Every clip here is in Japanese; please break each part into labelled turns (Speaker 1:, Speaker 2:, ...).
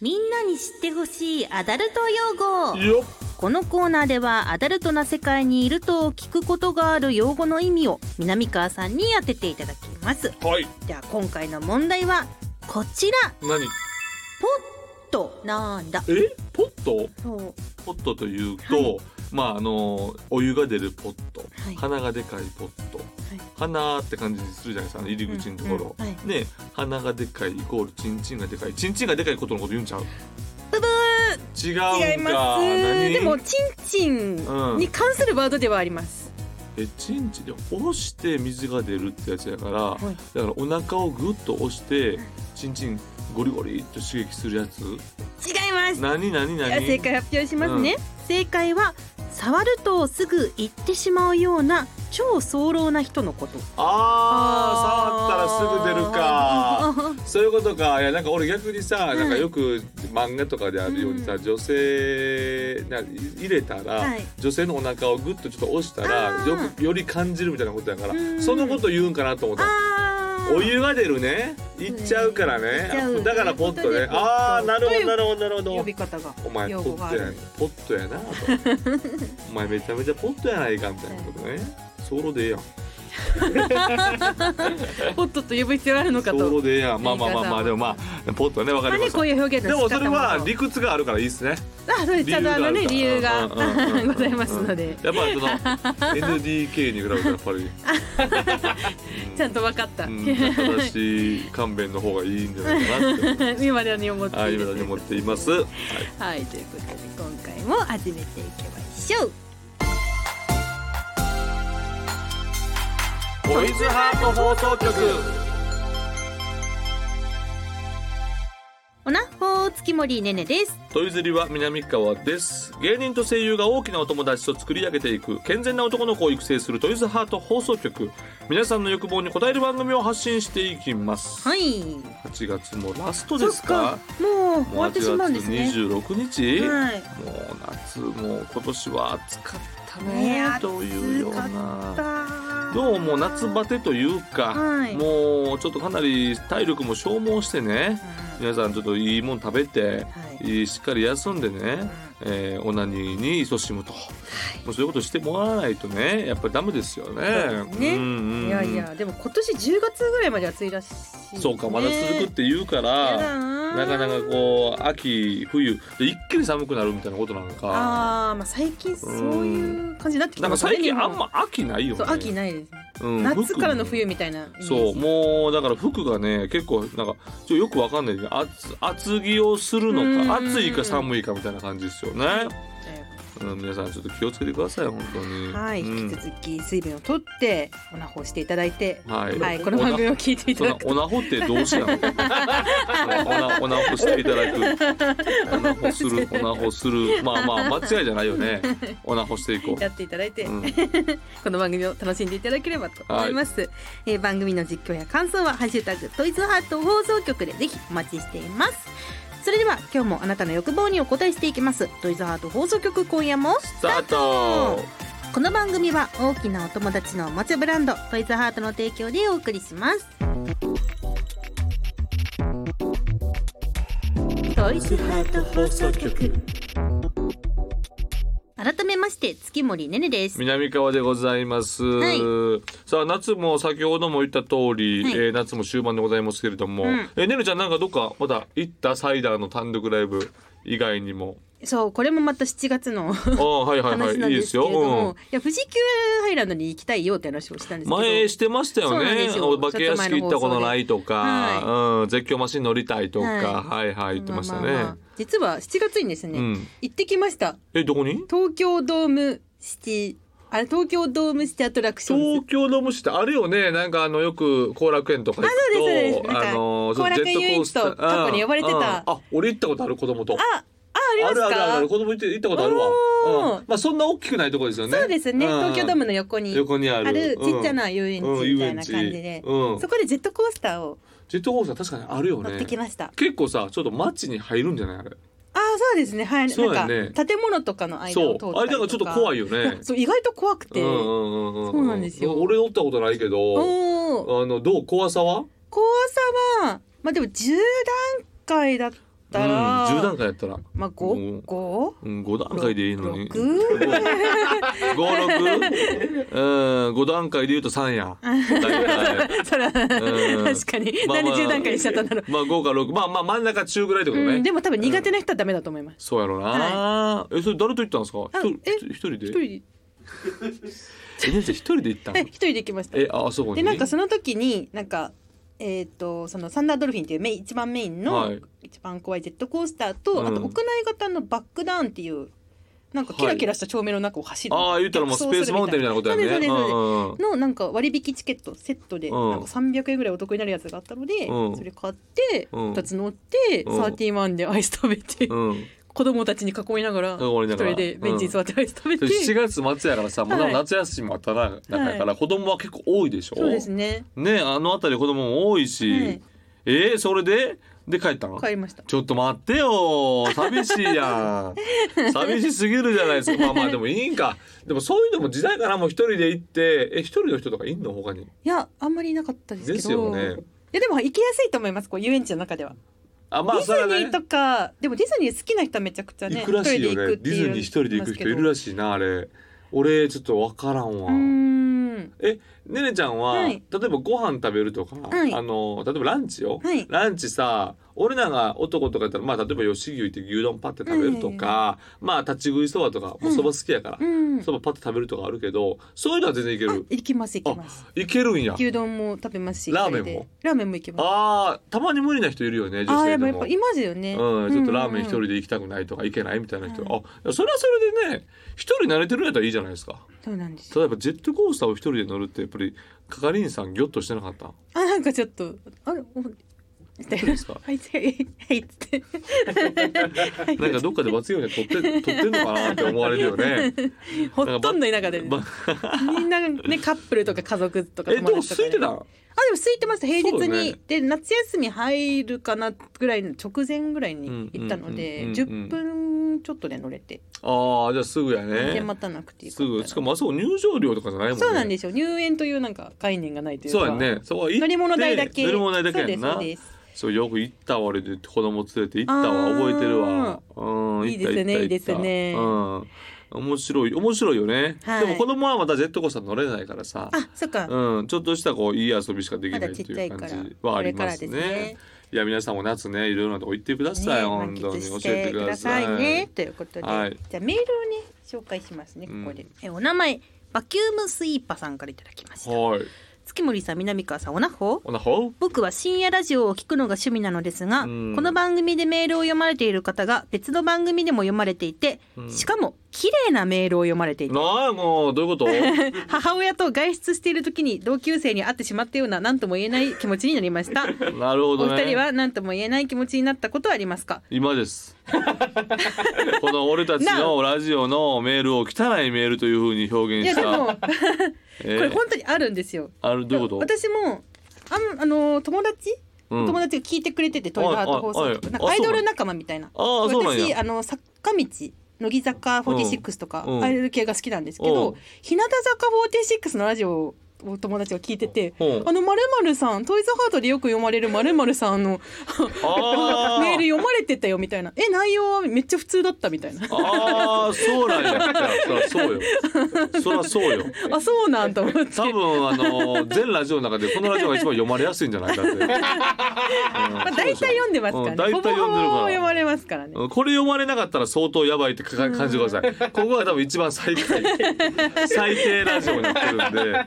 Speaker 1: みんなに知ってほしいアダルト用語
Speaker 2: よっ
Speaker 1: このコーナーではアダルトな世界にいると聞くことがある用語の意味を南川さんに当てていただきます
Speaker 2: はい
Speaker 1: では今回の問題はこちら
Speaker 2: 何
Speaker 1: ポットなんだ
Speaker 2: えポット
Speaker 1: そう
Speaker 2: ポットというと、
Speaker 1: はい
Speaker 2: まああのお湯が出るポット、
Speaker 1: はい
Speaker 2: 花がでかいポット、花って感じにするじゃないですかあの入り口のところ、
Speaker 1: うんうんはい
Speaker 2: ね花がでかいイコールチンチンがでかいチンチンがでかいことのこと言うんちゃう
Speaker 1: ブブ
Speaker 2: 違
Speaker 1: ー
Speaker 2: うんか
Speaker 1: 違いま
Speaker 2: 何
Speaker 1: すでもチンチンに関するワードではあります、
Speaker 2: えチンチンでおろして水が出るってやつやから、
Speaker 1: はい
Speaker 2: だからお腹をグッと押してチンチンゴリゴリっと刺激するやつ
Speaker 1: 違います
Speaker 2: 何何
Speaker 1: じゃあ
Speaker 2: 何
Speaker 1: 正解発表しますね、正解は触るとすぐ行ってしまうような超早漏な人のこと
Speaker 2: あー触ったらすぐ出るか
Speaker 1: か
Speaker 2: そういうことかいやなんか俺逆にさ、
Speaker 1: はい
Speaker 2: なんかよく漫画とかであるようにさ、
Speaker 1: うん
Speaker 2: 女性な入れたら、
Speaker 1: はい
Speaker 2: 女性のお腹をグッとちょっと押した
Speaker 1: あ
Speaker 2: ら
Speaker 1: ー
Speaker 2: よくより感じるみたいなことやから、
Speaker 1: うん
Speaker 2: そのこと言うんかなと思った。
Speaker 1: あー
Speaker 2: お湯が出るね、いっちゃうから
Speaker 1: いっちゃう
Speaker 2: ね。だからポット
Speaker 1: とい
Speaker 2: ね
Speaker 1: うこ。とで
Speaker 2: ああ、なるほ
Speaker 1: とい
Speaker 2: ど、
Speaker 1: う
Speaker 2: なるほど、なるほど
Speaker 1: 呼。び方が
Speaker 2: お前
Speaker 1: 用
Speaker 2: ポ
Speaker 1: 語が
Speaker 2: ッ
Speaker 1: あ
Speaker 2: トや
Speaker 1: る
Speaker 2: ねポットやなと お前めちゃめちゃポットやないかみたいなことねソロでええやん
Speaker 1: ポットと呼ぶ必要あるのか
Speaker 2: ソ
Speaker 1: と
Speaker 2: ロでええやんまあまあまあま
Speaker 1: 言い方
Speaker 2: あ
Speaker 1: は
Speaker 2: でもまあポットねわかりま
Speaker 1: 何
Speaker 2: し
Speaker 1: こ
Speaker 2: た
Speaker 1: ういう表現
Speaker 2: で
Speaker 1: の仕
Speaker 2: も
Speaker 1: 方
Speaker 2: それは理屈があるからいいですね
Speaker 1: あそうですちゃんとあのね理
Speaker 2: 理
Speaker 1: 由
Speaker 2: 由
Speaker 1: が
Speaker 2: があるからうんうんうんうん
Speaker 1: ございますので
Speaker 2: やっぱりその NDK に比べたらやっぱ り
Speaker 1: ちゃんと分かった、
Speaker 2: うん正しい勘弁の方がいいんじゃないかなっ て
Speaker 1: 今ではに思ってい
Speaker 2: ああ
Speaker 1: る
Speaker 2: いうふうに思っていますはい
Speaker 1: はいということで今回も始めていきましょう
Speaker 2: ボイズハート放送局
Speaker 1: おなほー月森ねねです
Speaker 2: トイズリは南川です芸人と声優が大きなお友達と作り上げていく健全な男の子を育成するトイズハート放送局皆さんの欲望に応える番組を発信していきます、
Speaker 1: はい
Speaker 2: 8月もラストですか
Speaker 1: そっもう終
Speaker 2: も
Speaker 1: わ
Speaker 2: う
Speaker 1: ってし
Speaker 2: 8
Speaker 1: まうんで
Speaker 2: 月
Speaker 1: すね
Speaker 2: 26日、
Speaker 1: はい
Speaker 2: もう夏もう今年は暑かった
Speaker 1: ね
Speaker 2: ね
Speaker 1: 暑
Speaker 2: というような
Speaker 1: ど
Speaker 2: どうも夏バテというか、
Speaker 1: はい
Speaker 2: もうちょっとかなり体力も消耗してね皆さんちょっといいもん食べて、
Speaker 1: はい
Speaker 2: いいしっかり休んでね、えーオナニーに勤しむと、もうそういうことしてもらわないとねやっぱりダメですよね。
Speaker 1: そうですね
Speaker 2: んうんうん
Speaker 1: いやいやでも今年10月ぐらいまで暑いらしい
Speaker 2: そうかまだ続くって言うか
Speaker 1: やだ
Speaker 2: ら、
Speaker 1: な
Speaker 2: なかなかこう秋冬で一気に寒くなるみたいなことなのか
Speaker 1: あーまあ最近そういう感じになってきて
Speaker 2: なん
Speaker 1: ま
Speaker 2: か
Speaker 1: すね
Speaker 2: 最近
Speaker 1: 日
Speaker 2: あ
Speaker 1: 本
Speaker 2: んま秋ないよ
Speaker 1: そ
Speaker 2: ね
Speaker 1: う秋ないです
Speaker 2: うん
Speaker 1: 夏からの
Speaker 2: 服
Speaker 1: 冬みたいなイメージ
Speaker 2: そうもうだから服がね結構なんかちょよくわかんないけど厚厚着をするのか
Speaker 1: うん
Speaker 2: 暑いか寒いかみたいな感じですよね、
Speaker 1: え
Speaker 2: うん、皆さんちょっと気をつけてください本当に
Speaker 1: ーはい、
Speaker 2: う
Speaker 1: 引
Speaker 2: ん
Speaker 1: き続き水分を取ってオナホをしていただいて
Speaker 2: はい
Speaker 1: はい、この番組を聞いてい
Speaker 2: そ
Speaker 1: ただ
Speaker 2: んな
Speaker 1: く
Speaker 2: オナホってどうし なのうんオナオナホしていただくオナホするオナホするまあまあ間違いじゃないよねオナホしていこ
Speaker 1: やっていただいて、
Speaker 2: う、うん、
Speaker 1: この番組を楽しんでいただければと思います、えー番組の実況や感想は「ハッシュタグトイズハート放送局」でぜひお待ちしていますそれでは今日もあなたの欲望にお答えしていきますトイズハート放送局今夜も
Speaker 2: スタート
Speaker 1: この番組は大きなお友達のおもちゃブランドトイズハートの提供でお送りしますトイズハート放送局改めまして月森ねねです
Speaker 2: 南川でございます、
Speaker 1: はい
Speaker 2: さあ夏も先ほども言った通り、
Speaker 1: はい
Speaker 2: えー夏も終盤でございますけれども、
Speaker 1: うん
Speaker 2: えーねるちゃんなんかどっかまた行ったサイダーの単独ライブ以外にも
Speaker 1: そうこれもまた7月の
Speaker 2: ああはいはいはい
Speaker 1: 話ないん
Speaker 2: いで
Speaker 1: です
Speaker 2: す
Speaker 1: けれども、
Speaker 2: よ、
Speaker 1: いや富士急ハイランドに行きたいよって話をしたんで
Speaker 2: う
Speaker 1: すけど
Speaker 2: ん、前してました
Speaker 1: そ
Speaker 2: よ
Speaker 1: うなんで
Speaker 2: ね
Speaker 1: すよ
Speaker 2: お化け屋敷行ったことないとか、
Speaker 1: ちょっと前の放
Speaker 2: うん、絶叫マシン乗りたいとか、
Speaker 1: は
Speaker 2: はい、はい言ってましたね、
Speaker 1: あああ実は7月にですね、
Speaker 2: うん
Speaker 1: 行ってきました
Speaker 2: えどこに
Speaker 1: 東京ドームシティあれ東京ドームシティアトラクションズ
Speaker 2: 東京の虫ってあるよねなんかあのよく後楽園とか行
Speaker 1: あそうですそう
Speaker 2: く
Speaker 1: で
Speaker 2: と
Speaker 1: すなんか
Speaker 2: の
Speaker 1: 後楽園
Speaker 2: ジェットコースター
Speaker 1: 遊園地と過去に呼ばれてた
Speaker 2: うんうんあ俺行ったことある子供と
Speaker 1: ああありますか
Speaker 2: あるあるある子供行って行ったことある
Speaker 1: おー
Speaker 2: わ、うんまあそんな大きくないところですよね
Speaker 1: そうですね、
Speaker 2: ん
Speaker 1: 東京ドームの横に
Speaker 2: 横にある
Speaker 1: あるちっちゃ
Speaker 2: うん
Speaker 1: な遊園地みたいな感じで、
Speaker 2: うんうん
Speaker 1: そこでジェットコースターを
Speaker 2: ジェットコースター確かにあるよ
Speaker 1: 乗
Speaker 2: ね
Speaker 1: ってきました、
Speaker 2: 結構さちょっと街に入るんじゃないあれ
Speaker 1: ああそうですねはい、
Speaker 2: そう
Speaker 1: な
Speaker 2: だ
Speaker 1: ん
Speaker 2: ね
Speaker 1: か建物とかの間
Speaker 2: そ
Speaker 1: を
Speaker 2: う
Speaker 1: 通ったりとか
Speaker 2: あれだからちょっと怖いよね
Speaker 1: そう意外と怖くて、
Speaker 2: うんうんうんうん
Speaker 1: そうなんですよ
Speaker 2: 俺乗ったことないけど
Speaker 1: おお
Speaker 2: あのどう怖さは
Speaker 1: 怖さはまあでも10段階だったら、
Speaker 2: うん、10段階やったら、
Speaker 1: まあ
Speaker 2: うん
Speaker 1: 5 5
Speaker 2: うん、5段階でいいのに
Speaker 1: 六
Speaker 2: 56? うん5段階で言うと3やだいたい
Speaker 1: そら、
Speaker 2: ん
Speaker 1: 確かに、
Speaker 2: まあまあ
Speaker 1: 何10段階にしちゃったんだろう、
Speaker 2: まあ5か6まあまあ真ん中中ぐらいってことね、
Speaker 1: うん、でも多分苦手な人はダメだと思います
Speaker 2: そうやろうな、えそれ誰と行ったんですか
Speaker 1: あ
Speaker 2: ひと
Speaker 1: え
Speaker 2: ひ一人で
Speaker 1: 一人で
Speaker 2: え先生一人で行ったん
Speaker 1: え一人で行きました
Speaker 2: えああそこに
Speaker 1: でなんかその時になんかえっ、とそのサンダードルフィンっていうメイン一番メインの
Speaker 2: はい
Speaker 1: 一番怖いジェットコースターと、
Speaker 2: うん
Speaker 1: あと屋内型のバックダウンっていうなんかキラキラした照明の中を走る、
Speaker 2: ああ言ったらもうスペースマウンテンみたいなことやね
Speaker 1: そうですそうです
Speaker 2: うんうん
Speaker 1: のなんか割引チケットセットで
Speaker 2: う
Speaker 1: なんんか300円ぐらいお得になるやつがあったので、
Speaker 2: うん
Speaker 1: それ買って
Speaker 2: うん
Speaker 1: 2つ乗って、
Speaker 2: うん
Speaker 1: サーティワンでアイス食べて、
Speaker 2: うんうん
Speaker 1: 子供たちに囲みながら
Speaker 2: 囲みな
Speaker 1: 一
Speaker 2: がら
Speaker 1: 人でベンチに座ってアイス食べて、
Speaker 2: で7月末やからさ、もう
Speaker 1: はい
Speaker 2: 夏休みもあったな中やから、子供は結構多いでしょ
Speaker 1: そうですね、
Speaker 2: ねあの辺り子供も多いし、
Speaker 1: はい
Speaker 2: えーそれでで帰ったの
Speaker 1: 帰りました
Speaker 2: ちょっと待ってよ寂しいやん 寂しすぎるじゃないですかまあまあでもいいんかでもそういうのも時代かなもう一人で行ってえ一人の人とかいんの他に
Speaker 1: いやあんまりいなかったですけど
Speaker 2: ですよね
Speaker 1: いやでも行きやすいと思いますこう遊園地の中では、
Speaker 2: あまあ
Speaker 1: デ
Speaker 2: それ
Speaker 1: ィ
Speaker 2: は
Speaker 1: ズニ
Speaker 2: ね
Speaker 1: ーとかでもディズニー好きな人はめちゃくちゃね
Speaker 2: 行くらしいよ
Speaker 1: 一人で
Speaker 2: ね
Speaker 1: 行くって
Speaker 2: デ
Speaker 1: い
Speaker 2: ィズニー一人で行く人いるら
Speaker 1: しい
Speaker 2: しいなあれ俺ちょっと分からん
Speaker 1: う
Speaker 2: わ、
Speaker 1: ーん
Speaker 2: えねねちゃんは、
Speaker 1: はい
Speaker 2: 例えばご飯食べるとか、
Speaker 1: はい
Speaker 2: あの例えばランチよ、
Speaker 1: はい
Speaker 2: ランチさ俺らが男とかやったら、まあ、例えば吉牛って牛丼パッて食べるとか、まあ立ち食いそばとかもうそば好きやから、
Speaker 1: うん
Speaker 2: そばパッて食べるとかあるけどそういうのは全然いけ
Speaker 1: あ
Speaker 2: る
Speaker 1: 行きます行きます
Speaker 2: いけるんや
Speaker 1: 牛丼も食べますし
Speaker 2: ラーメンも
Speaker 1: 一人でラーメンも行きます
Speaker 2: あーたまに無理な人いるよね
Speaker 1: あ
Speaker 2: 女
Speaker 1: あーやっ
Speaker 2: 性
Speaker 1: ぱ
Speaker 2: で
Speaker 1: やっ
Speaker 2: も
Speaker 1: ぱいますよね
Speaker 2: うん、ちょっとラーメン一人
Speaker 1: で
Speaker 2: で行きたくないとか行けないみたいな人、
Speaker 1: うん
Speaker 2: あそれはそれでね一人慣れてるんやったらいいじゃないですか
Speaker 1: そうなんですよ
Speaker 2: 例えばジェットコースターを一人で乗るってやっぱり係員さんギョッとしてな かった
Speaker 1: あなんかちょっとあれおみたい
Speaker 2: どうで
Speaker 1: な
Speaker 2: すか
Speaker 1: あいつはいはいっつって
Speaker 2: なんかどっかで罰ゲームで取って取ってんのかなって思われるよね。
Speaker 1: ほとんどいなかったです
Speaker 2: ま
Speaker 1: みんなねカップルとか家族とか
Speaker 2: えで
Speaker 1: 友
Speaker 2: も
Speaker 1: 達とか
Speaker 2: 空いてたん。
Speaker 1: あでも空いてました平日
Speaker 2: そうだ
Speaker 1: に、
Speaker 2: ね
Speaker 1: で夏休み入るかなぐらいの直前ぐらいに行ったので、
Speaker 2: うんうんうんうん
Speaker 1: 10分ちょっとで乗れて、
Speaker 2: ああじゃあすぐや
Speaker 1: で
Speaker 2: ね。
Speaker 1: 待たなくていい
Speaker 2: すぐしかもあそこ入場料とかじゃないもんね。。
Speaker 1: そうなんですすよ入園というなんか概念がないというか
Speaker 2: そうやんね。そこは行って
Speaker 1: 乗り物代だけ
Speaker 2: 乗り物代だけやんな
Speaker 1: そう。ですそう
Speaker 2: そうよく行ったわ俺で子供連れて行ったわ覚えてるわ。うん
Speaker 1: いい
Speaker 2: 行った
Speaker 1: ですね
Speaker 2: 行った行った
Speaker 1: いいですね
Speaker 2: うん面白い面白いよね。
Speaker 1: はい
Speaker 2: でも子供はまたジェットコースター乗れないからさ。
Speaker 1: ですあそっか、
Speaker 2: うん、ちょっとしたこういい遊びしかでき
Speaker 1: ま
Speaker 2: な
Speaker 1: だ
Speaker 2: い
Speaker 1: ち
Speaker 2: と
Speaker 1: っちゃ
Speaker 2: い
Speaker 1: いうから
Speaker 2: 感じは
Speaker 1: こ
Speaker 2: あ
Speaker 1: れ
Speaker 2: り
Speaker 1: か
Speaker 2: ま
Speaker 1: ら
Speaker 2: す
Speaker 1: です
Speaker 2: ね
Speaker 1: ね。
Speaker 2: いや皆さんも夏ねいろいろなとこ行ってください、
Speaker 1: ね
Speaker 2: 本当
Speaker 1: 満喫
Speaker 2: に教
Speaker 1: して
Speaker 2: え
Speaker 1: く
Speaker 2: てくだ
Speaker 1: だ
Speaker 2: さ
Speaker 1: さ
Speaker 2: い
Speaker 1: いねということで、
Speaker 2: はい
Speaker 1: じゃあメールをね紹介しますねここで、
Speaker 2: うん
Speaker 1: えお名前バキュームスイーパーさんからいただきました
Speaker 2: はい
Speaker 1: 月森さん南川さんおなほ
Speaker 2: おなほ
Speaker 1: 僕は深夜ラジオを聞くのが趣味なのですが、
Speaker 2: うん
Speaker 1: この番組でメールを読まれている方が別の番組でも読まれていて、
Speaker 2: うん
Speaker 1: しかも綺麗なメールを読まれていて
Speaker 2: なあもうどういうこと
Speaker 1: 母親と外出している時に同級生に会ってしまったような何とも言えない気持ちになりました
Speaker 2: なるほ
Speaker 1: お
Speaker 2: どね
Speaker 1: 二人は何とも言えない気持ちになったことはありますか
Speaker 2: 今です この俺たちのラジオのメールを汚いメールというふうに表
Speaker 1: い
Speaker 2: 現
Speaker 1: や
Speaker 2: した
Speaker 1: でもこ
Speaker 2: えー
Speaker 1: れ本当にあるんですよ
Speaker 2: あるどういうこと
Speaker 1: 私もあんあの友達
Speaker 2: うん
Speaker 1: 友達が聞いてくれてて、トイザート放送と
Speaker 2: はいはいはい
Speaker 1: かなんかアイドル仲間みたいな
Speaker 2: あそうなんやあーそうなん
Speaker 1: 私
Speaker 2: や
Speaker 1: あの坂道乃木坂46とか、
Speaker 2: うん
Speaker 1: アイドル系が好きなんですけ
Speaker 2: うん
Speaker 1: ど日向坂46のラジオを友達が聞いてて
Speaker 2: うん
Speaker 1: あのまるさんトイズハートでよく読まれるまるさんの
Speaker 2: あー
Speaker 1: メール読まれてたよみたいなえ内容はめっちゃ普通だったみたい な
Speaker 2: あーそう なんやいやそりゃそうよそりゃそうよ
Speaker 1: あそうなんと思 って
Speaker 2: 多分あの全ラジオの中でこのラジオが一番読まれやすいんじ ゃないかって、うん
Speaker 1: まあ大体読んでますから
Speaker 2: うん
Speaker 1: ね
Speaker 2: 大体
Speaker 1: ほぼ
Speaker 2: 読んで
Speaker 1: ほ
Speaker 2: るから
Speaker 1: ぼ読まれますからね
Speaker 2: うんこれ読まれなかったら相当やばいってかか感じてください。ここが多分一番最低 最低ラジオになってるんで、な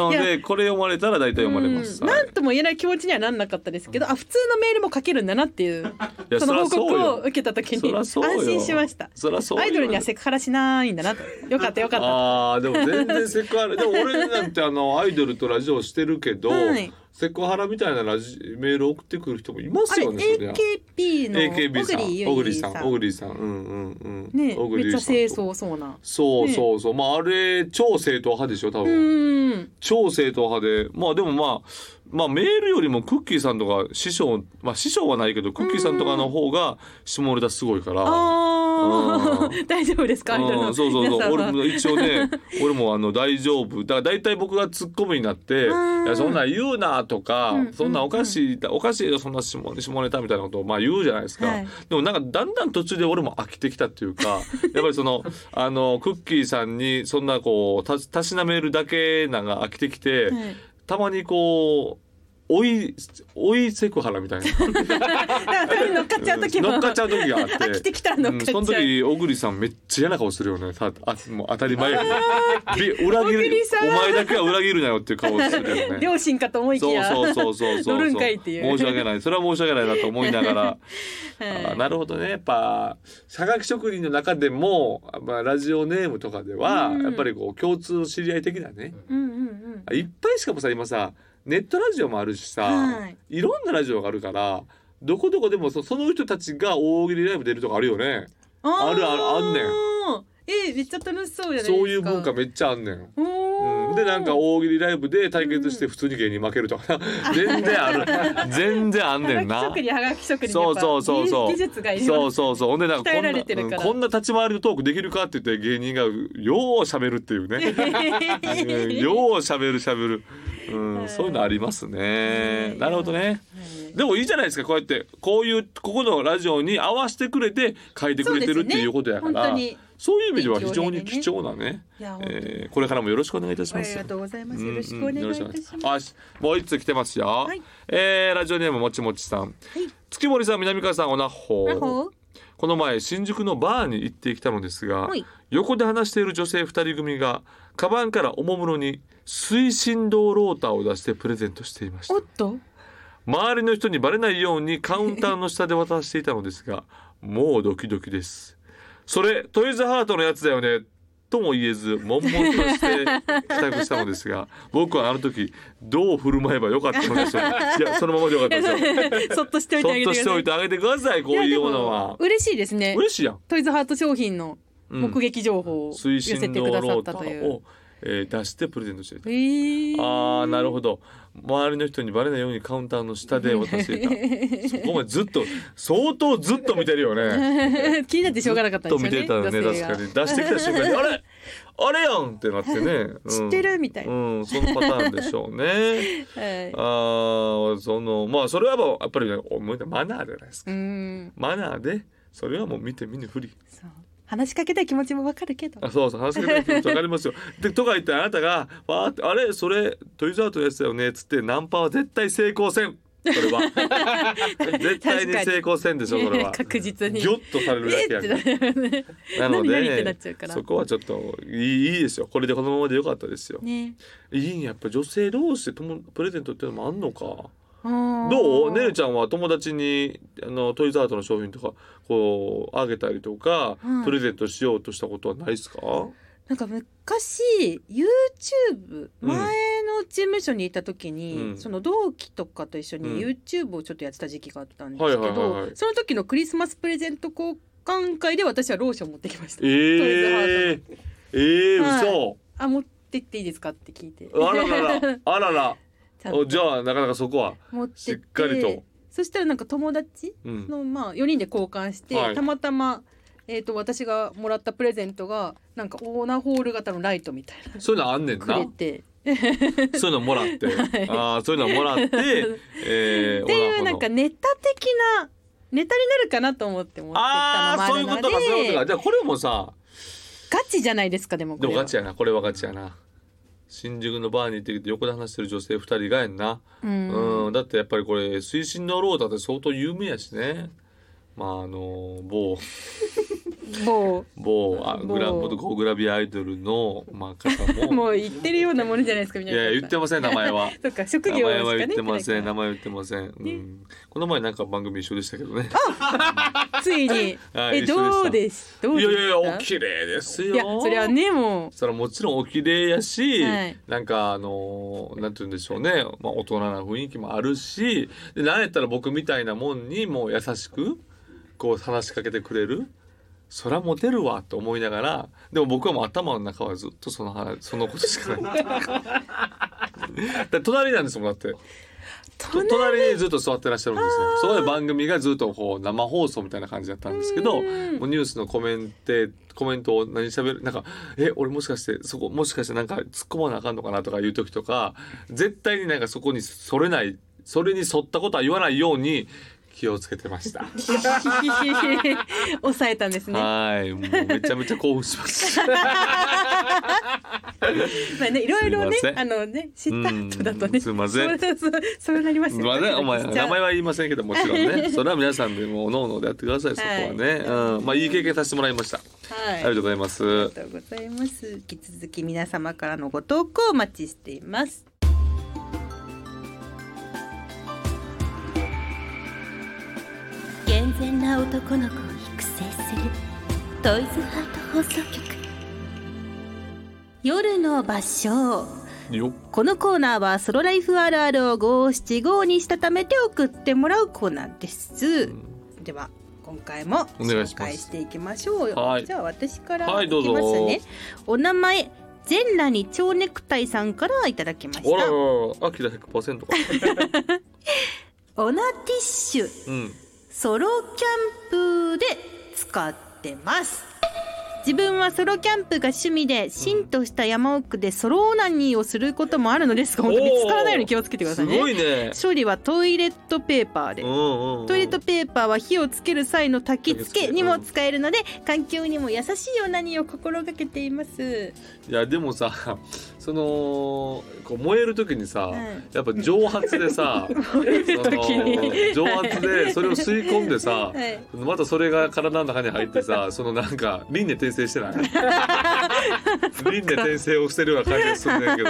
Speaker 2: の
Speaker 1: い
Speaker 2: でこれ読まれたら大体読まれます。
Speaker 1: うん
Speaker 2: はい
Speaker 1: なんとも言えない気持ちにはなんなかったですけどあ普通のメールも書けるんだなっていう
Speaker 2: いや
Speaker 1: その報
Speaker 2: そらそう
Speaker 1: 告
Speaker 2: よ
Speaker 1: を受けた時
Speaker 2: そ
Speaker 1: に
Speaker 2: ら
Speaker 1: 安
Speaker 2: そうよ
Speaker 1: 心しました
Speaker 2: そらそうよ
Speaker 1: アイドルにはセクハラしないんだなとよかったよかった
Speaker 2: ああでも全然セク ハラでも俺なんてあのアイドルとラジオしてるけど、
Speaker 1: はい
Speaker 2: セクハラみたいなラジメール送ってくる人もいます
Speaker 1: あれ
Speaker 2: よね。そりゃ
Speaker 1: AKB の
Speaker 2: AKB さん、小
Speaker 1: 小
Speaker 2: 栗
Speaker 1: 栗
Speaker 2: さ
Speaker 1: さ
Speaker 2: ん、
Speaker 1: ん
Speaker 2: 小栗さん、うんうんうん。
Speaker 1: ね
Speaker 2: 小
Speaker 1: め
Speaker 2: 栗
Speaker 1: っちゃ
Speaker 2: さんと
Speaker 1: 清。掃そうな
Speaker 2: そう
Speaker 1: ね
Speaker 2: そうそう、まああれ超正統派でしょ多
Speaker 1: う
Speaker 2: 分。
Speaker 1: ーん
Speaker 2: 超正統派でまあでもまあまあメールよりもクッキーさんとか師匠まあ師匠はないけどクッキーさんとかの方が下ネタすごいから。
Speaker 1: あお
Speaker 2: う
Speaker 1: ー 大丈夫ですかみたいな
Speaker 2: うんそうそうそう
Speaker 1: 皆さんは
Speaker 2: 俺も一応ね俺もあの大丈夫だから大体僕がツッコミになって「い
Speaker 1: うん
Speaker 2: やそんなん言うな」とか、
Speaker 1: うん
Speaker 2: そんなんおかしい、おかしいよそんな下ネ下ネタ」みたいなことをまあ言うじゃないですか、
Speaker 1: はい
Speaker 2: でもなんかだんだん途中で俺も飽きてきたっ ていうかやっぱりそのあのクッキーさんにそんなこうたたしなめるだけなんか飽きてきて、
Speaker 1: はい
Speaker 2: たまにこう。追い追いセクハラみたいな
Speaker 1: だからそれに乗っかっちゃう時も
Speaker 2: 乗っかっちゃう時があって
Speaker 1: 飽きてきたら乗っかっちゃう
Speaker 2: うんその時小栗さんめっちゃ嫌な顔するよねたあもう当たり前やけどで裏切
Speaker 1: 小
Speaker 2: る
Speaker 1: 栗さん
Speaker 2: お前だけは裏切るなよっていう顔するよね
Speaker 1: 両親かと思いき
Speaker 2: そう
Speaker 1: や
Speaker 2: そうそうそうそう
Speaker 1: 乗るんかいっていう
Speaker 2: 申し訳ないそれは申し訳ないなと思いな がらあ
Speaker 1: はい
Speaker 2: ーなるほどねやっぱ社学職人の中でも、まあ、ラジオネームとかでは、
Speaker 1: うん
Speaker 2: やっぱりこう共通の知り合い的なね
Speaker 1: うんうんうん
Speaker 2: いっぱいしかもさ今さネットラジオもあるしさ、
Speaker 1: はい
Speaker 2: いろんなラジオがあるからどこどこでもそその人たちが大喜利ライブ出るとかあるよね
Speaker 1: あ
Speaker 2: あるあるあんねん
Speaker 1: んえめっちゃ楽しそうじゃないですか
Speaker 2: そういう文化めっちゃあんねん。
Speaker 1: おー
Speaker 2: うんでなんか大喜利ライブで対決して普通に芸人負ける とか全然ある全然あんねん
Speaker 1: は
Speaker 2: な
Speaker 1: がき職。人はがき職人や
Speaker 2: そ
Speaker 1: っ
Speaker 2: う
Speaker 1: ぱ
Speaker 2: そうそうそう
Speaker 1: 技術がいる
Speaker 2: そうそうそうほんでなんかこ
Speaker 1: 鍛
Speaker 2: ん
Speaker 1: え
Speaker 2: な
Speaker 1: られてるから
Speaker 2: うんこんな立ち回りのトークできるかって言って芸人がよう喋るってい うねうんよう喋る喋る、うん、そういうのありますね
Speaker 1: うん
Speaker 2: なるほどねでもいいじゃないですかこうやってこういうここのラジオに合わせてくれて書いてくれてるっていうことやか
Speaker 1: そうですね本
Speaker 2: ら
Speaker 1: 当に
Speaker 2: そういう意味では非常に貴重なね
Speaker 1: いや本当に
Speaker 2: えーこれからもよろしくお願いいたし
Speaker 1: あ
Speaker 2: ま
Speaker 1: り
Speaker 2: す
Speaker 1: が。とうございます。
Speaker 2: う
Speaker 1: よ
Speaker 2: んうん
Speaker 1: ろしくお願いいたし
Speaker 2: よろ
Speaker 1: ま
Speaker 2: し
Speaker 1: す。
Speaker 2: くお願いしますあしもう一つ来てますよ、
Speaker 1: はい
Speaker 2: えーラジオネームもちもちさん、月森さん南川さんおなっほ
Speaker 1: なるほど
Speaker 2: この前新宿のバーに行ってきたのですが、
Speaker 1: はい
Speaker 2: 横で話している女性2人組がカバンからおもむろに推進道ローターを出してプレゼントしていました
Speaker 1: おっと、
Speaker 2: 周りの人にバレないようにカウンターの下で渡していたのですがもうドキドキですそれトイズハートのやつだよねとも言えず悶々として帰宅したのですが 僕はあの時どう振る舞えばよかったのでしょう かいやそのままでよかったですよ
Speaker 1: そっとしておいて
Speaker 2: そ
Speaker 1: あ
Speaker 2: っ
Speaker 1: げてくださ
Speaker 2: と
Speaker 1: い。
Speaker 2: しておいてあげてくださいこういうものは
Speaker 1: 嬉しいですね。
Speaker 2: 嬉しいやん、
Speaker 1: トイズハート商品の
Speaker 2: うん
Speaker 1: 目撃情報を寄
Speaker 2: 推
Speaker 1: せて
Speaker 2: 進
Speaker 1: く
Speaker 2: の
Speaker 1: ださ
Speaker 2: ロー
Speaker 1: った
Speaker 2: タ
Speaker 1: とい
Speaker 2: ー
Speaker 1: う
Speaker 2: を。、えー出してプレゼントしていた
Speaker 1: えー、
Speaker 2: ああなるほど周りの人にバレないようにカウンターの下で渡していたそこまでずっと相当ずっと見てるよね
Speaker 1: 気になってしょうがなかったん
Speaker 2: ずっと 見
Speaker 1: で
Speaker 2: て
Speaker 1: すよ
Speaker 2: た
Speaker 1: ね。
Speaker 2: よね
Speaker 1: 女性
Speaker 2: 確
Speaker 1: が
Speaker 2: かに出してきた瞬 間にあれあれやんってなってね、うん、
Speaker 1: 知ってるみたいな
Speaker 2: うんそのパターンでしょ うね
Speaker 1: はい
Speaker 2: あーそのまあそれはもうやっぱりねおもうマナーじゃないですか
Speaker 1: うーん、
Speaker 2: マナーでそれはもう見て見ぬふり
Speaker 1: そう話しかけたい気持ちもわかるけど。
Speaker 2: あそうそう話しかけない気持ちわかりますよ。でとか言ってあなたが「わーってあれそれトイザートのやつだよね」っつってナンパは絶対成功せんそれ は絶対に成功せんでしょそれは。
Speaker 1: 確実に。
Speaker 2: ギョッとされるだけや
Speaker 1: え
Speaker 2: か
Speaker 1: っ
Speaker 2: ら
Speaker 1: てなるよね。
Speaker 2: なの
Speaker 1: 何々ってなっ
Speaker 2: で
Speaker 1: ちゃうから
Speaker 2: そこはちょっといいいいですよこれでこのままでよかったですよ。
Speaker 1: ね。
Speaker 2: いいんややっぱ女性同士でともプレゼントってのもあんのか。
Speaker 1: ど
Speaker 2: どうねるちゃんは友達にあのトイザートの商品とかこうあげたりとか、
Speaker 1: うん
Speaker 2: プレゼントしようとしたことはないですか
Speaker 1: なんか昔 YouTube
Speaker 2: うん
Speaker 1: 前の事務所にいた時に、
Speaker 2: うん
Speaker 1: その同期とかと一緒
Speaker 2: うん
Speaker 1: に YouTube をちょっとやってた時期があったんですけど、
Speaker 2: はいはいはいはい
Speaker 1: その時のクリスマスプレゼント交換会で私はローション持ってきました。
Speaker 2: ええええ
Speaker 1: はい
Speaker 2: 嘘。
Speaker 1: あ持ってっていいですかって聞いて。
Speaker 2: あら らら あらら。
Speaker 1: ちゃん
Speaker 2: お
Speaker 1: と
Speaker 2: じゃあなかなかそこは。
Speaker 1: 持ってって
Speaker 2: しっかりと
Speaker 1: そしたらなんか友達
Speaker 2: うん。
Speaker 1: のまあ4人で交換して、
Speaker 2: はい
Speaker 1: たまたま、えー、と私がもらったプレゼントがなんかオーナーホール型のライトみたいな
Speaker 2: そういうのあんねんな。
Speaker 1: くれ
Speaker 2: そ
Speaker 1: て。
Speaker 2: ういうのも らって、ああそういうのもらって、ええ
Speaker 1: っていう
Speaker 2: お
Speaker 1: な
Speaker 2: ら
Speaker 1: ん
Speaker 2: ほ
Speaker 1: か
Speaker 2: の
Speaker 1: ネタ的なネタになるかなと思って持ってったの
Speaker 2: ああ
Speaker 1: もあ
Speaker 2: そうい
Speaker 1: る
Speaker 2: うこ
Speaker 1: の
Speaker 2: とかそういうことか。
Speaker 1: で
Speaker 2: じゃあこれもさ、
Speaker 1: ガチじゃないですかでも
Speaker 2: で
Speaker 1: こ
Speaker 2: も
Speaker 1: れは
Speaker 2: ガチやな。これはガチやな。新宿のバーに行ってきて横で話してる女性二人がやんな。
Speaker 1: う
Speaker 2: うんん、だってやっぱりこれ水深のローターって相当有名やしね。まああの某
Speaker 1: も
Speaker 2: 某あグラ
Speaker 1: 某
Speaker 2: 某グラビアアイドルのまあ方
Speaker 1: うもう言ってるようなものじゃないですかみた
Speaker 2: い
Speaker 1: いな
Speaker 2: や言ってません名 前は。
Speaker 1: そっか職
Speaker 2: 名
Speaker 1: 業ですか
Speaker 2: 前は
Speaker 1: ね
Speaker 2: 言ってません名
Speaker 1: だか
Speaker 2: 前は言ってません。うん、この前なんか番組一緒でしたけどね。
Speaker 1: らついに
Speaker 2: は
Speaker 1: え
Speaker 2: い一緒でした
Speaker 1: どうですどう
Speaker 2: い
Speaker 1: です
Speaker 2: や
Speaker 1: か
Speaker 2: いやいやお綺麗ですよ。
Speaker 1: いやそれは。ねもう
Speaker 2: それはもちろんお綺麗やし、
Speaker 1: はい
Speaker 2: なんかあのーなんて言うんでしょうね、まあ大人な雰囲気もあるし、でなんやったら僕みたいなもんにもう優しくこう話しかけてくれる。そらモテるわと思いながらでも僕はもう頭の中はずっ とその話そのことしかないだって隣なんですもんだってと隣にずっと座ってらっしゃるんですねそこで番組がずっとこう生放送みたいな感じだったんですけども
Speaker 1: うん
Speaker 2: うニュースのコメンテコメントを何しゃべるなんか「え俺もしかしてそこもしかしてなんか突っ込まなあかんのかな」とかいう時とか絶対になんかそこにそれないそれに沿ったことは言わないように気をつけて ました。
Speaker 1: 抑えたんですね。ま
Speaker 2: はいもうめちゃめちゃ興奮し ました。
Speaker 1: あね、いろいろね
Speaker 2: すいませ、ん
Speaker 1: あのね、知った後だとね。
Speaker 2: うんすいません
Speaker 1: そうそうそうそうなりますよ
Speaker 2: まあね、お前
Speaker 1: ドキドキしちゃ
Speaker 2: 名
Speaker 1: う
Speaker 2: 前は言いませんけどもちろんねそれは皆さんでもおのおのでやってくださいそこはね、
Speaker 1: はい
Speaker 2: うん、まあいい経験させてもらいました、
Speaker 1: はい。
Speaker 2: ありがとうございます
Speaker 1: ありがとうございます。引き続き皆様からのご投稿をお待ちしています。
Speaker 3: 健全な男の子を育成するトイズハート放送局
Speaker 1: 夜の場所。
Speaker 2: よっ
Speaker 1: このコーナーはソロライフあるあるを五七五にしたためて送ってもらうコーナーです。では今回も
Speaker 2: お願いし
Speaker 1: 紹
Speaker 2: ます
Speaker 1: 介していきましょうよ。
Speaker 2: はい
Speaker 1: じゃあ私から
Speaker 2: はいい
Speaker 1: きま
Speaker 2: ど
Speaker 1: す
Speaker 2: う
Speaker 1: ね
Speaker 2: ぞ。
Speaker 1: お名前全裸に蝶ネクタイさんからいただきまし
Speaker 2: おらら
Speaker 1: た。
Speaker 2: ららアキラ100%か
Speaker 1: オナティッシュ
Speaker 2: うん
Speaker 1: ソロキャンプで使ってます自分はソロキャンプが趣味でしんとした山奥でソロオナニーをすることもあるのですが本当見つからないように気をつけてください
Speaker 2: す
Speaker 1: ね
Speaker 2: ごい ね
Speaker 1: 処理はトイレットペーパーで
Speaker 2: うんうんうん
Speaker 1: トイレットペーパーは火をつける際の焚き付けにも使えるので環境にも優しいオナニーを心がけています
Speaker 2: いやでもさ そのこう燃える時にさ、
Speaker 1: うん
Speaker 2: やっぱ蒸発 でさ
Speaker 1: 燃える
Speaker 2: その
Speaker 1: 時に
Speaker 2: 蒸発でそれを吸い込んで
Speaker 1: は
Speaker 2: さ、
Speaker 1: い
Speaker 2: またそれが体の中に入っ てさそのなんか輪廻転生してない輪廻転生をしてるような感じがするんだけ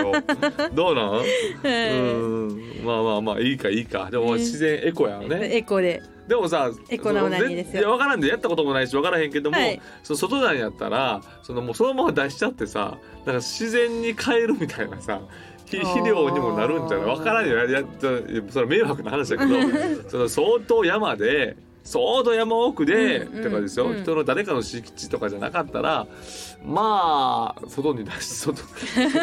Speaker 2: どどうなん、うんまあまあまあいいかいいかでも
Speaker 1: うん
Speaker 2: 自然エコやよね、
Speaker 1: エコで
Speaker 2: でもさ
Speaker 1: エコなオナニーですよ
Speaker 2: そのぜいや分からんでやったこともないし分からへんけども、
Speaker 1: はい
Speaker 2: その外なんやったらそのもうそのまま出しちゃってさなんか自然に変えるみたいなさひ
Speaker 1: あー
Speaker 2: 肥料にもなるんじゃない分からんよやややそれは迷惑な話だけどその相当山で相当山奥で、
Speaker 1: うんうん
Speaker 2: とかですよ、
Speaker 1: うん
Speaker 2: 人の誰かの敷地とかじゃなかったらまあ外に出し外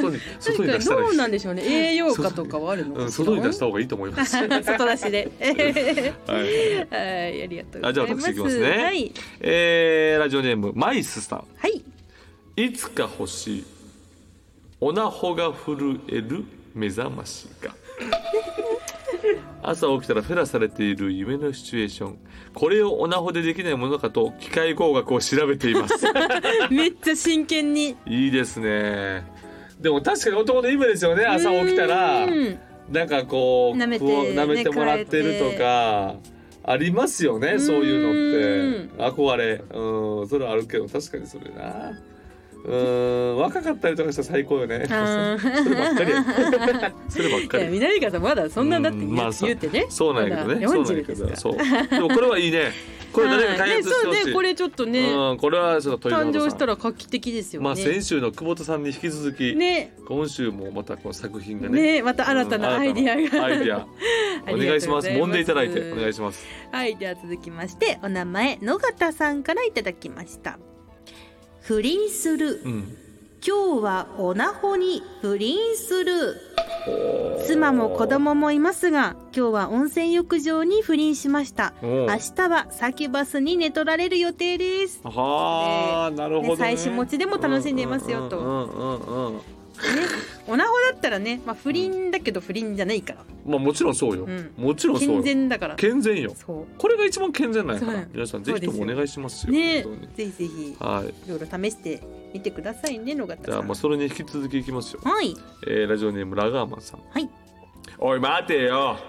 Speaker 2: 外 に外に出したら
Speaker 1: ど
Speaker 2: いいう
Speaker 1: なんでしょうね栄養価とかはあるの
Speaker 2: うん外に出した方がいいと思います。はい
Speaker 1: 外出しで はいありがとうございます
Speaker 2: あじゃあ私いきますね
Speaker 1: はい
Speaker 2: えーラジオネームマイスさん
Speaker 1: はい
Speaker 2: いつか欲しいオナホが震える目覚ましが朝起きたらフェラされている夢のシチュエーションこれをオナホでできないものかと機械工学を調べています
Speaker 1: めっちゃ真剣に
Speaker 2: いいですねでも確かに男の夢ですよね朝起きたら
Speaker 1: うん
Speaker 2: なんかこう
Speaker 1: 舐めて
Speaker 2: こう舐めてもらってるとかありますよねそういうのって憧れうんそれはあるけど確かにそれなうん若かったりとかしたら最高よね それば
Speaker 1: あ
Speaker 2: っ
Speaker 1: ー
Speaker 2: かりやそればっか
Speaker 1: いや
Speaker 2: り
Speaker 1: 南川さんまだそんなだって言う,、
Speaker 2: うんまあそう
Speaker 1: 言うてね
Speaker 2: そうなんやけどね
Speaker 1: まだ
Speaker 2: そうなんや
Speaker 1: 40で
Speaker 2: け
Speaker 1: すか
Speaker 2: ど
Speaker 1: ら
Speaker 2: そうでもこれはいいねこれ誰か開発してほ
Speaker 1: はいねそう
Speaker 2: し
Speaker 1: ね
Speaker 2: い
Speaker 1: これちょっとね、
Speaker 2: うんこれはちょっと豊
Speaker 1: 誕
Speaker 2: 本さん
Speaker 1: 生したら画期的ですよね、
Speaker 2: まあ先週の久保田さんに引き続き
Speaker 1: ね
Speaker 2: 今週もまたこの作品がね
Speaker 1: ねまた新たなアイディアが、
Speaker 2: うん新たなアイデ ィアお願いします揉んでいただいてお願い
Speaker 1: し
Speaker 2: します
Speaker 1: ますはいでは続きましてお名前野方さんからいただきました不倫する、
Speaker 2: うん
Speaker 1: 今日はオナホに不倫する妻も子供もいますが今日は温泉浴場に不倫しました
Speaker 2: お
Speaker 1: 明
Speaker 2: う
Speaker 1: 日は先バスに寝取られる予定です
Speaker 2: はあなるほど、ね
Speaker 1: ね妻子持ちでも楽しんでいますよと
Speaker 2: うんうんうんうんうん
Speaker 1: オナホだったらね、まあ、不倫だけど不倫じゃないから
Speaker 2: まあもちろんそうよ、
Speaker 1: うん
Speaker 2: もちろんそう
Speaker 1: 健
Speaker 2: よ健全
Speaker 1: 全だから
Speaker 2: よ
Speaker 1: そ
Speaker 2: これが一番健全なんやか
Speaker 1: そう
Speaker 2: ら
Speaker 1: よ
Speaker 2: 皆さんぜひともお願いします
Speaker 1: う
Speaker 2: よ
Speaker 1: ね
Speaker 2: 本当に
Speaker 1: ぜひぜひい
Speaker 2: はい
Speaker 1: ろいろ試してみてくださいね野方
Speaker 2: じゃ
Speaker 1: さ
Speaker 2: あ
Speaker 1: ん
Speaker 2: まあそれに引き続きいきますよ、
Speaker 1: はい
Speaker 2: えー、ラジオネームラガーマンさん
Speaker 1: はい
Speaker 2: おい待てよ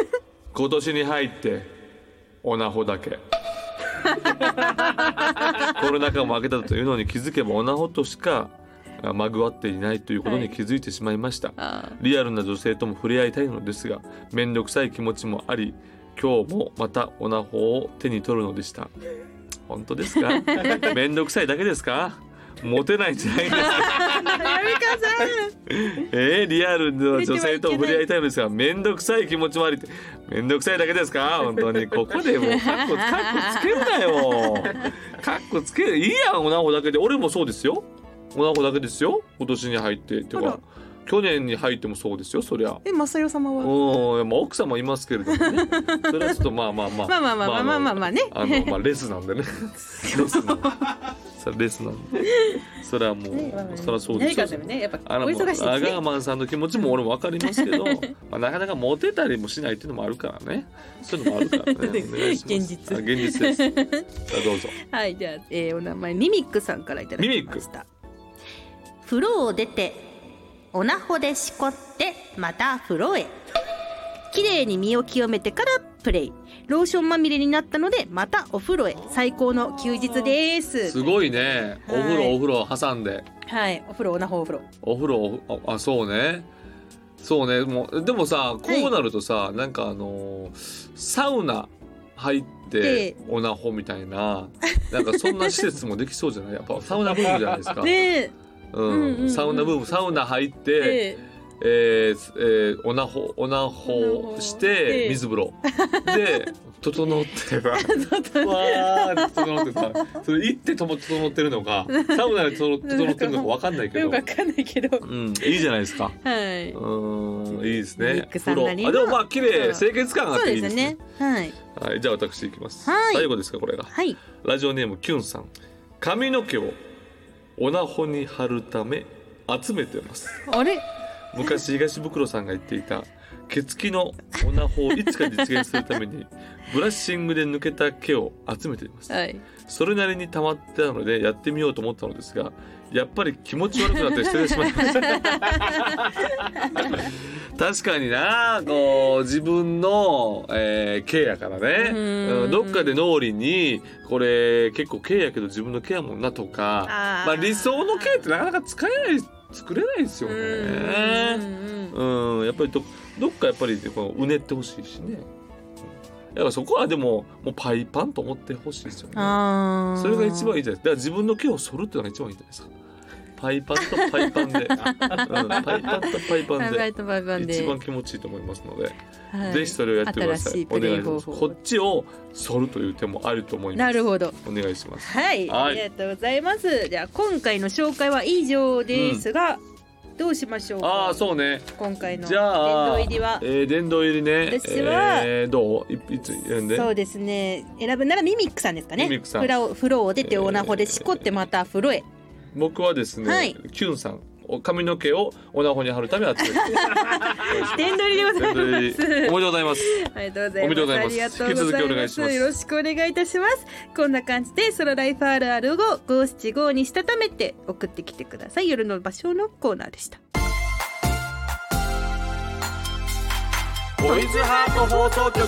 Speaker 2: 今年に入ってオナホ だけコロナ禍も明けたというのに気づけばオナホとしかあまぐわっていないということに気づいてしまいました、
Speaker 1: あ
Speaker 2: リアルな女性とも触れ合いたいのですが面倒くさい気持ちもあり今日もまたオナホを手に取るのでした本当で すか面倒くさいだけですかモテないんじゃないですか
Speaker 1: 南川さ
Speaker 2: えー、リアルの女性と触れ合いたいのですが面倒くさい気持ちもありって面倒くさいだけですか本当にここで もうカッコカッコつけるなよカッコつけるいいやんオナホだけで俺もそうですよオナホだけですよ今年に入ってっていう
Speaker 1: あら
Speaker 2: か去年に入ってもそうですよそりゃ。
Speaker 1: えマサヨ様は
Speaker 2: うん、まあ、奥様いますけれどもね。それはちょっと、まあ、まあ、まあ。
Speaker 1: まあまあまあまあまあまあね
Speaker 2: あの、まあ、レス なんでね。レスなんで。それレスなんで。それはもう、それはそうで
Speaker 1: 何
Speaker 2: す
Speaker 1: か
Speaker 2: よ
Speaker 1: あっ。たらねやっぱ
Speaker 2: あ
Speaker 1: お忙
Speaker 2: のも
Speaker 1: しいうで
Speaker 2: ア
Speaker 1: すね
Speaker 2: ガーマンさんの気 持ちも俺もわかりますけど、まあ、なかなかモテたりもしないっていうのもあるからねそういうのもあるからね お願いします
Speaker 1: 現実
Speaker 2: あ現実 ですさあどうぞ
Speaker 1: はいじゃあ、えーお名前ミミックさんからいただきました
Speaker 3: 風呂を出て
Speaker 1: おなほでしこってまた風呂へ綺麗に身を清めてからプレイローションまみれになったのでまたお風呂へ最高の休日です
Speaker 2: すごいねお風
Speaker 1: はい
Speaker 2: 呂お風呂挟んで
Speaker 1: はいお風呂おなほお風呂
Speaker 2: お風呂ああそうねそうねもうでもさこうなるとさ、なんかあのーサウナ入って
Speaker 1: で
Speaker 2: オナホみたいななんかそんな施設もできそうじゃないやっぱサウナブームじゃないです か、
Speaker 1: で、
Speaker 2: うん
Speaker 1: うんうんうん
Speaker 2: サウナブームサウナ入って、
Speaker 1: で
Speaker 2: えーえーオナホオナホし
Speaker 1: ええ
Speaker 2: て水風呂 で整ってばわーって整ってさそれ行ってとも整ってるのかサウナで整整ってるのかわかんないけ
Speaker 1: よ
Speaker 2: ど
Speaker 1: くわ。かんないけど
Speaker 2: うん、いいじゃないですか。
Speaker 1: はいう
Speaker 2: ーん、いいです
Speaker 1: ミ
Speaker 2: ね
Speaker 1: ッ。クさんなりの
Speaker 2: あ、でもまあ綺麗、
Speaker 1: そう
Speaker 2: 清潔感があっ
Speaker 1: そう
Speaker 2: てい
Speaker 1: で
Speaker 2: い
Speaker 1: す
Speaker 2: です
Speaker 1: ね
Speaker 2: ね。
Speaker 1: はい
Speaker 2: はい、じゃあ私いきます。
Speaker 1: はい
Speaker 2: 最後ですかこれが。
Speaker 1: はい
Speaker 2: ラジオネームキュンさん。髪の毛をオナホに貼るため集めてます。
Speaker 1: あれ
Speaker 2: 昔東ブクロさんが言っていた毛付きのオナホをいつか実現するた めにブラッシングで抜けた毛を集めています。
Speaker 1: はい
Speaker 2: それなりに溜まってたのでやってみようと思ったのですがやっぱり気持ち悪くなって捨ててしまいま した確かになこう自分の、えー、毛やからね
Speaker 1: うん
Speaker 2: うんどっかで脳裏にこれ結構毛やけど自分の毛やもんなとか
Speaker 1: あー
Speaker 2: まあ、理想の毛ってなかなか使えない作れないですよ
Speaker 1: うん
Speaker 2: ね
Speaker 1: うん
Speaker 2: うんやっぱりどどっかやっぱりこううねってほしいしねだからそこはでももうパイパンと思ってほしいですよね
Speaker 1: うんあー
Speaker 2: それが一番いいじゃないですか。だから自分の毛を剃るっていうのが一番いいんじゃないですか。パイパンとパイパ ンで、うん、パイパンとパイパン
Speaker 1: バ
Speaker 2: で
Speaker 1: イトバイバンで
Speaker 2: 一番気持ちいいと思いますので、
Speaker 1: はい
Speaker 2: ぜひそれをやってくださ
Speaker 1: 新しい
Speaker 2: い。
Speaker 1: プ
Speaker 2: お
Speaker 1: レイ
Speaker 2: 願いします。
Speaker 1: 方法
Speaker 2: こっちを剃るという手もあると思います。
Speaker 1: なるほど
Speaker 2: お願いします。
Speaker 1: はい、
Speaker 2: は
Speaker 1: あ
Speaker 2: い
Speaker 1: りがとうございますじゃあ今回の紹介は以上ですが、どうしましょうか
Speaker 2: ああ、そうね。
Speaker 1: 今回の
Speaker 2: じ
Speaker 1: 殿
Speaker 2: ゃあ、
Speaker 1: 堂入りは
Speaker 2: えー殿堂入りね。
Speaker 1: 私は
Speaker 2: えーどういいつやんで。
Speaker 1: そうですね選ぶならミミックさんですかね
Speaker 2: ミミックさん
Speaker 1: 風呂を風呂を出てオナホでしこってまた風呂へ、
Speaker 2: 僕はですね、
Speaker 1: はい
Speaker 2: キュンさん、お髪の毛をオナホに貼るため集 めて。
Speaker 1: 殿堂入りでござ
Speaker 2: 殿
Speaker 1: い
Speaker 2: 堂入り
Speaker 1: ます
Speaker 2: おめでとうございます。
Speaker 1: ありがとうございます。
Speaker 2: おめでとうございま
Speaker 1: あ
Speaker 2: す
Speaker 1: りがとうござい
Speaker 2: 引き続きお願いします
Speaker 1: よろしくお願いいたします。こんな感じで、ソロライフあるあるを五七五にしたためて送ってきてください。夜の場所のコーナーでした。
Speaker 2: ボイズハート放送局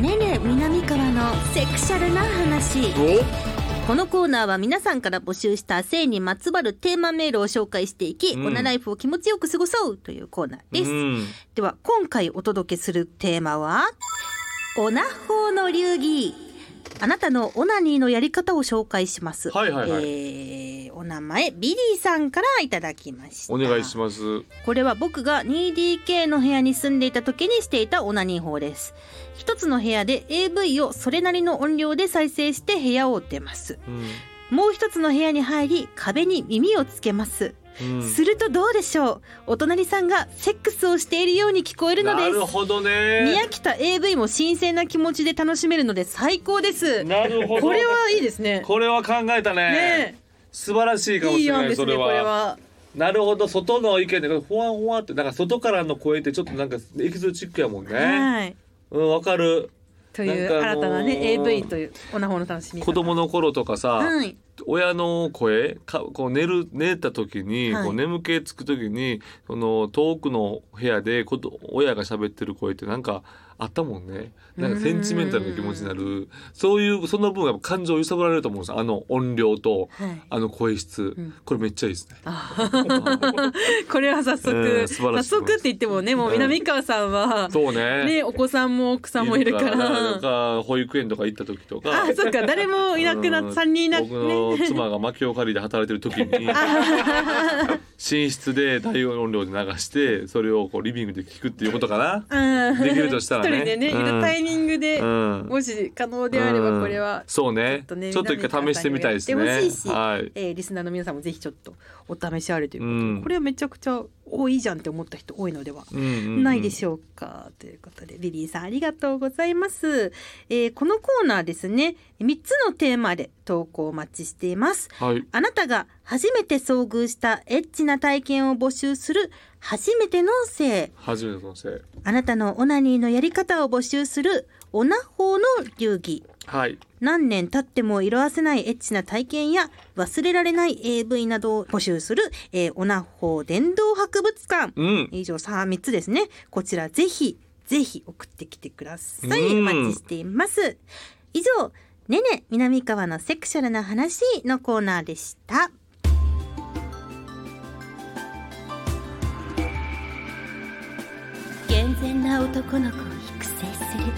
Speaker 3: ねね南川のセクシャルな話
Speaker 1: このコーナーは皆さんから募集した性にまつわるテーマメールを紹介していき、
Speaker 2: うん
Speaker 1: オナライフを気持ちよく過ごそうというコーナーです。
Speaker 2: うん
Speaker 1: では、今回お届けするテーマは、オナ法の流儀。あなたのオナニーのやり方を紹介します。
Speaker 2: はいはいはい
Speaker 1: えーお名前、ビリーさんからいただきました。
Speaker 2: お願いし
Speaker 1: ま
Speaker 2: ます。
Speaker 1: す。これは僕が 2DK の部屋に住んでいた時にしていたオナニー法です。一つの部屋で AV をそれなりの音量で再生して部屋を出ます。
Speaker 2: うん
Speaker 1: もう一つの部屋に入り壁に耳をつけます、
Speaker 2: うん
Speaker 1: するとどうでしょうお隣さんがセックスをしているように聞こえるの
Speaker 2: な
Speaker 1: です
Speaker 2: るほど
Speaker 1: 宮
Speaker 2: ね。
Speaker 1: 北 AV も新鮮な気持ちで楽しめるので最高です
Speaker 2: なるほど。
Speaker 1: これはいいですね
Speaker 2: これは考えたね。
Speaker 1: ね
Speaker 2: 素晴らしい
Speaker 1: え
Speaker 2: かも
Speaker 1: い
Speaker 2: し
Speaker 1: い
Speaker 2: れ
Speaker 1: 案
Speaker 2: ない。
Speaker 1: で
Speaker 2: そ
Speaker 1: す
Speaker 2: れ
Speaker 1: ねこれ
Speaker 2: は。
Speaker 1: は
Speaker 2: なるほど。外の意見でほわほわってなんか外からの声ってちょっとなんかエキゾチックやもんね。
Speaker 1: はい
Speaker 2: うんわかる。
Speaker 1: という
Speaker 2: なんかあ
Speaker 1: 新
Speaker 2: の
Speaker 1: た
Speaker 2: ー
Speaker 1: なね AV というオナホの楽しみ方
Speaker 2: 子供の頃とかさ、
Speaker 1: はい
Speaker 2: 親の声かこう寝る寝た時に、
Speaker 1: はい
Speaker 2: こう眠気つく時にその遠くの部屋でこと親が喋ってる声ってなんかあったもんねなんかセンチメンタルな気持ちになるそういうその分やっぱ感情を揺さぶられると思うんですよあの音量と
Speaker 1: はい
Speaker 2: あの声質、
Speaker 1: うん
Speaker 2: これめっちゃいいですね。
Speaker 1: これは早
Speaker 2: う
Speaker 1: 速
Speaker 2: ん素晴
Speaker 1: 早
Speaker 2: らしい
Speaker 1: 速って言ってもねもう南川さんは
Speaker 2: そうね
Speaker 1: ねお子さんも奥さんもいるから
Speaker 2: なんか 保育園とか行った時とか
Speaker 1: あ、そっか、誰もいなくなっ
Speaker 2: う
Speaker 1: た、三
Speaker 2: ん
Speaker 1: 人いなく
Speaker 2: 僕 の
Speaker 1: ね。
Speaker 2: 妻が薪を借りで働いてる時 に寝室で大音量で流してそれをこうリビングで聞くっていうことかな
Speaker 1: うん
Speaker 2: できるとしたらね
Speaker 1: 人でね、いるタイミングで、
Speaker 2: うん
Speaker 1: もし可能であればこれは、
Speaker 2: そう
Speaker 1: ちょ
Speaker 2: ね
Speaker 1: っとね
Speaker 2: ちょっと一回試してみたいですね
Speaker 1: やってほしいし
Speaker 2: はい
Speaker 1: えーリスナーの皆さんもぜひちょっとお試しあれということで、
Speaker 2: うん
Speaker 1: これはめちゃくちゃ多いじゃんって思った人多いのでは
Speaker 2: うんうんうん
Speaker 1: ないでしょうか、ということでリリーさんありがとうございます、えーこのコーナーですね3つのテーマで投稿お待ちしています
Speaker 2: はい
Speaker 1: あなたが初めて遭遇したエッチな体験を募集する初めての性
Speaker 2: 初めてのせい
Speaker 1: あなたのオナニーのやり方を募集するオナ法の流儀
Speaker 2: はい
Speaker 1: 何年経っても色褪せないエッチな体験や忘れられない AV などを募集する、えーオナ法伝道博物館
Speaker 2: うん
Speaker 1: 以上さあ3つですねこちらぜひぜひ送ってきてください
Speaker 2: うん
Speaker 1: お待ちしています以上ねね南川のセクシャルな話のコーナーでした
Speaker 3: 健全な男の子を育成する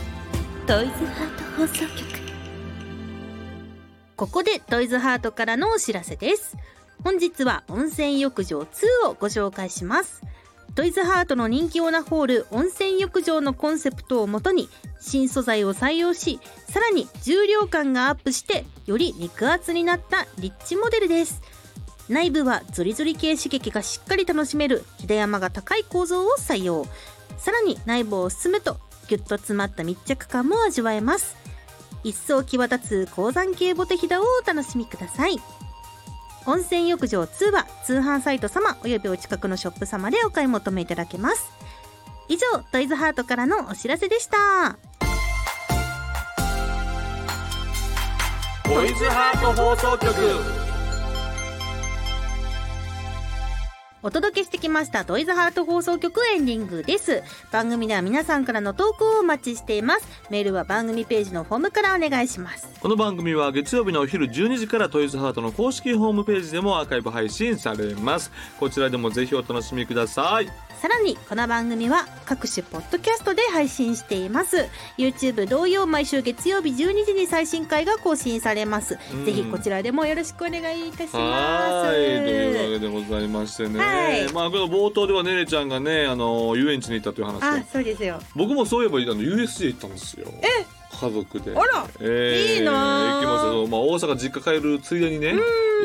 Speaker 3: トイズハート放送局
Speaker 1: ここでトイズハートからのお知らせです本日は温泉浴場2をご紹介しますトイズハートの人気オーナホール温泉浴場のコンセプトをもとに新素材を採用しさらに重量感がアップしてより肉厚になったリッチモデルです内部はゾリゾリ系刺激がしっかり楽しめるひだ山が高い構造を採用さらに内部を進むとギュッと詰まった密着感も味わえます一層際立つ鉱山系ボテヒダをお楽しみください温泉浴場2は通販サイト様およびお近くのショップ様でお買い求めいただけます以上トイズハートからのお知らせでした
Speaker 2: トイズハート放送局
Speaker 1: お届けしてきましたトイズハート放送局エンディングです番組では皆さんからの投稿をお待ちしていますメールは番組ページのフォームからお願いします
Speaker 2: この番組は月曜日のお昼12時からトイズハートの公式ホームページでもアーカイブ配信されますこちらでもぜひお楽しみください
Speaker 1: さらにこの番組は各種ポッドキャストで配信しています YouTube 同様毎週月曜日12時に最新回が更新されます、
Speaker 2: うん
Speaker 1: ぜひこちらでもよろしくお願いいたします
Speaker 2: はいというわけでございましてね、
Speaker 1: はい
Speaker 2: まあこの冒頭ではねねちゃんがねあの遊園地に行ったという話
Speaker 1: あ
Speaker 2: で
Speaker 1: そうですよ
Speaker 2: 僕もそういえばあの USJ 行ったんですよ
Speaker 1: え
Speaker 2: 家族で
Speaker 1: あら
Speaker 2: えー
Speaker 1: いいなあ
Speaker 2: 行きましたそうまあ大阪実家帰るついでにね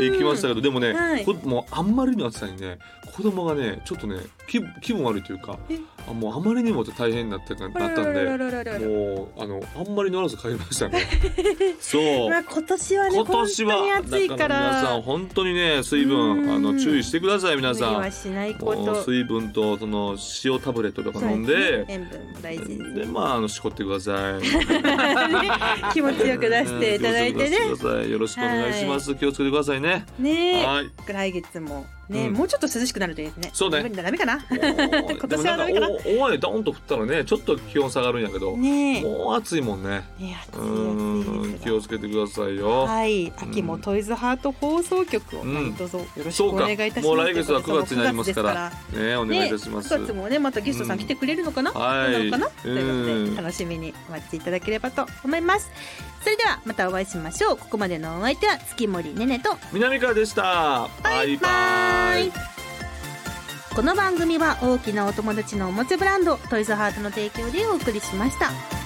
Speaker 2: 行きましたけどでもね、
Speaker 1: はい
Speaker 2: こもうあんまりの暑さにね子供がねちょっとね気気分悪いというか
Speaker 1: え
Speaker 2: あもうあまりにも大変になったなっ
Speaker 1: あら
Speaker 2: た
Speaker 1: らら
Speaker 2: んで
Speaker 1: らららら
Speaker 2: もうあのあんまり乗らず帰りまし たねそう
Speaker 1: まあ今年はね
Speaker 2: 今年は
Speaker 1: 本当に暑いか
Speaker 2: だから皆さん
Speaker 1: ら
Speaker 2: 本当にね水
Speaker 1: う
Speaker 2: 分
Speaker 1: ん
Speaker 2: あの注意してください皆
Speaker 1: 無理
Speaker 2: さ
Speaker 1: は
Speaker 2: ん
Speaker 1: しないこ
Speaker 2: もう
Speaker 1: と
Speaker 2: 水分とその塩タブレットとか飲ん
Speaker 1: そうすね
Speaker 2: で
Speaker 1: 塩分も大事です
Speaker 2: でまああのしこってください
Speaker 1: 気持ち よく出していただいてね
Speaker 2: うん気をつけてくださいよろしくお願いします気をつけてくださいね
Speaker 1: ねえ
Speaker 2: はい
Speaker 1: 来月もね、
Speaker 2: うん
Speaker 1: もうちょっと涼しくなるといいですね
Speaker 2: そうね
Speaker 1: 無理だダメかな 今
Speaker 2: でも
Speaker 1: 年は
Speaker 2: な
Speaker 1: ダ
Speaker 2: ん
Speaker 1: メか
Speaker 2: か
Speaker 1: な
Speaker 2: お大雨ドーンと降ったらねちょっと気温下がるんやけど、
Speaker 1: ねえ
Speaker 2: もう暑いもんね
Speaker 1: ね暑い暑
Speaker 2: う
Speaker 1: い
Speaker 2: ん
Speaker 1: です
Speaker 2: 気
Speaker 1: よ
Speaker 2: をつけてくださいよ、
Speaker 1: はい、秋もトイズハート放送局を、
Speaker 2: うん
Speaker 1: どうぞよろしく
Speaker 2: そ
Speaker 1: お
Speaker 2: うか
Speaker 1: 願いいたします。
Speaker 2: もう来月は9月になりますからねお
Speaker 1: お
Speaker 2: 願いいたしま
Speaker 1: ね、
Speaker 2: す、
Speaker 1: 9月もねまたゲストさん来てくれるのかな、
Speaker 2: はい
Speaker 1: どうなのかなというこ
Speaker 2: う
Speaker 1: と
Speaker 2: ん
Speaker 1: で楽しみにお待ちいただければと思います。それではまたお会いしましょう。ここまでのお相手は月森ねねと
Speaker 2: 南川でしたバイバイ
Speaker 1: この番組は大きなお友達のおもちゃブランドトイズハートの提供でお送りしました。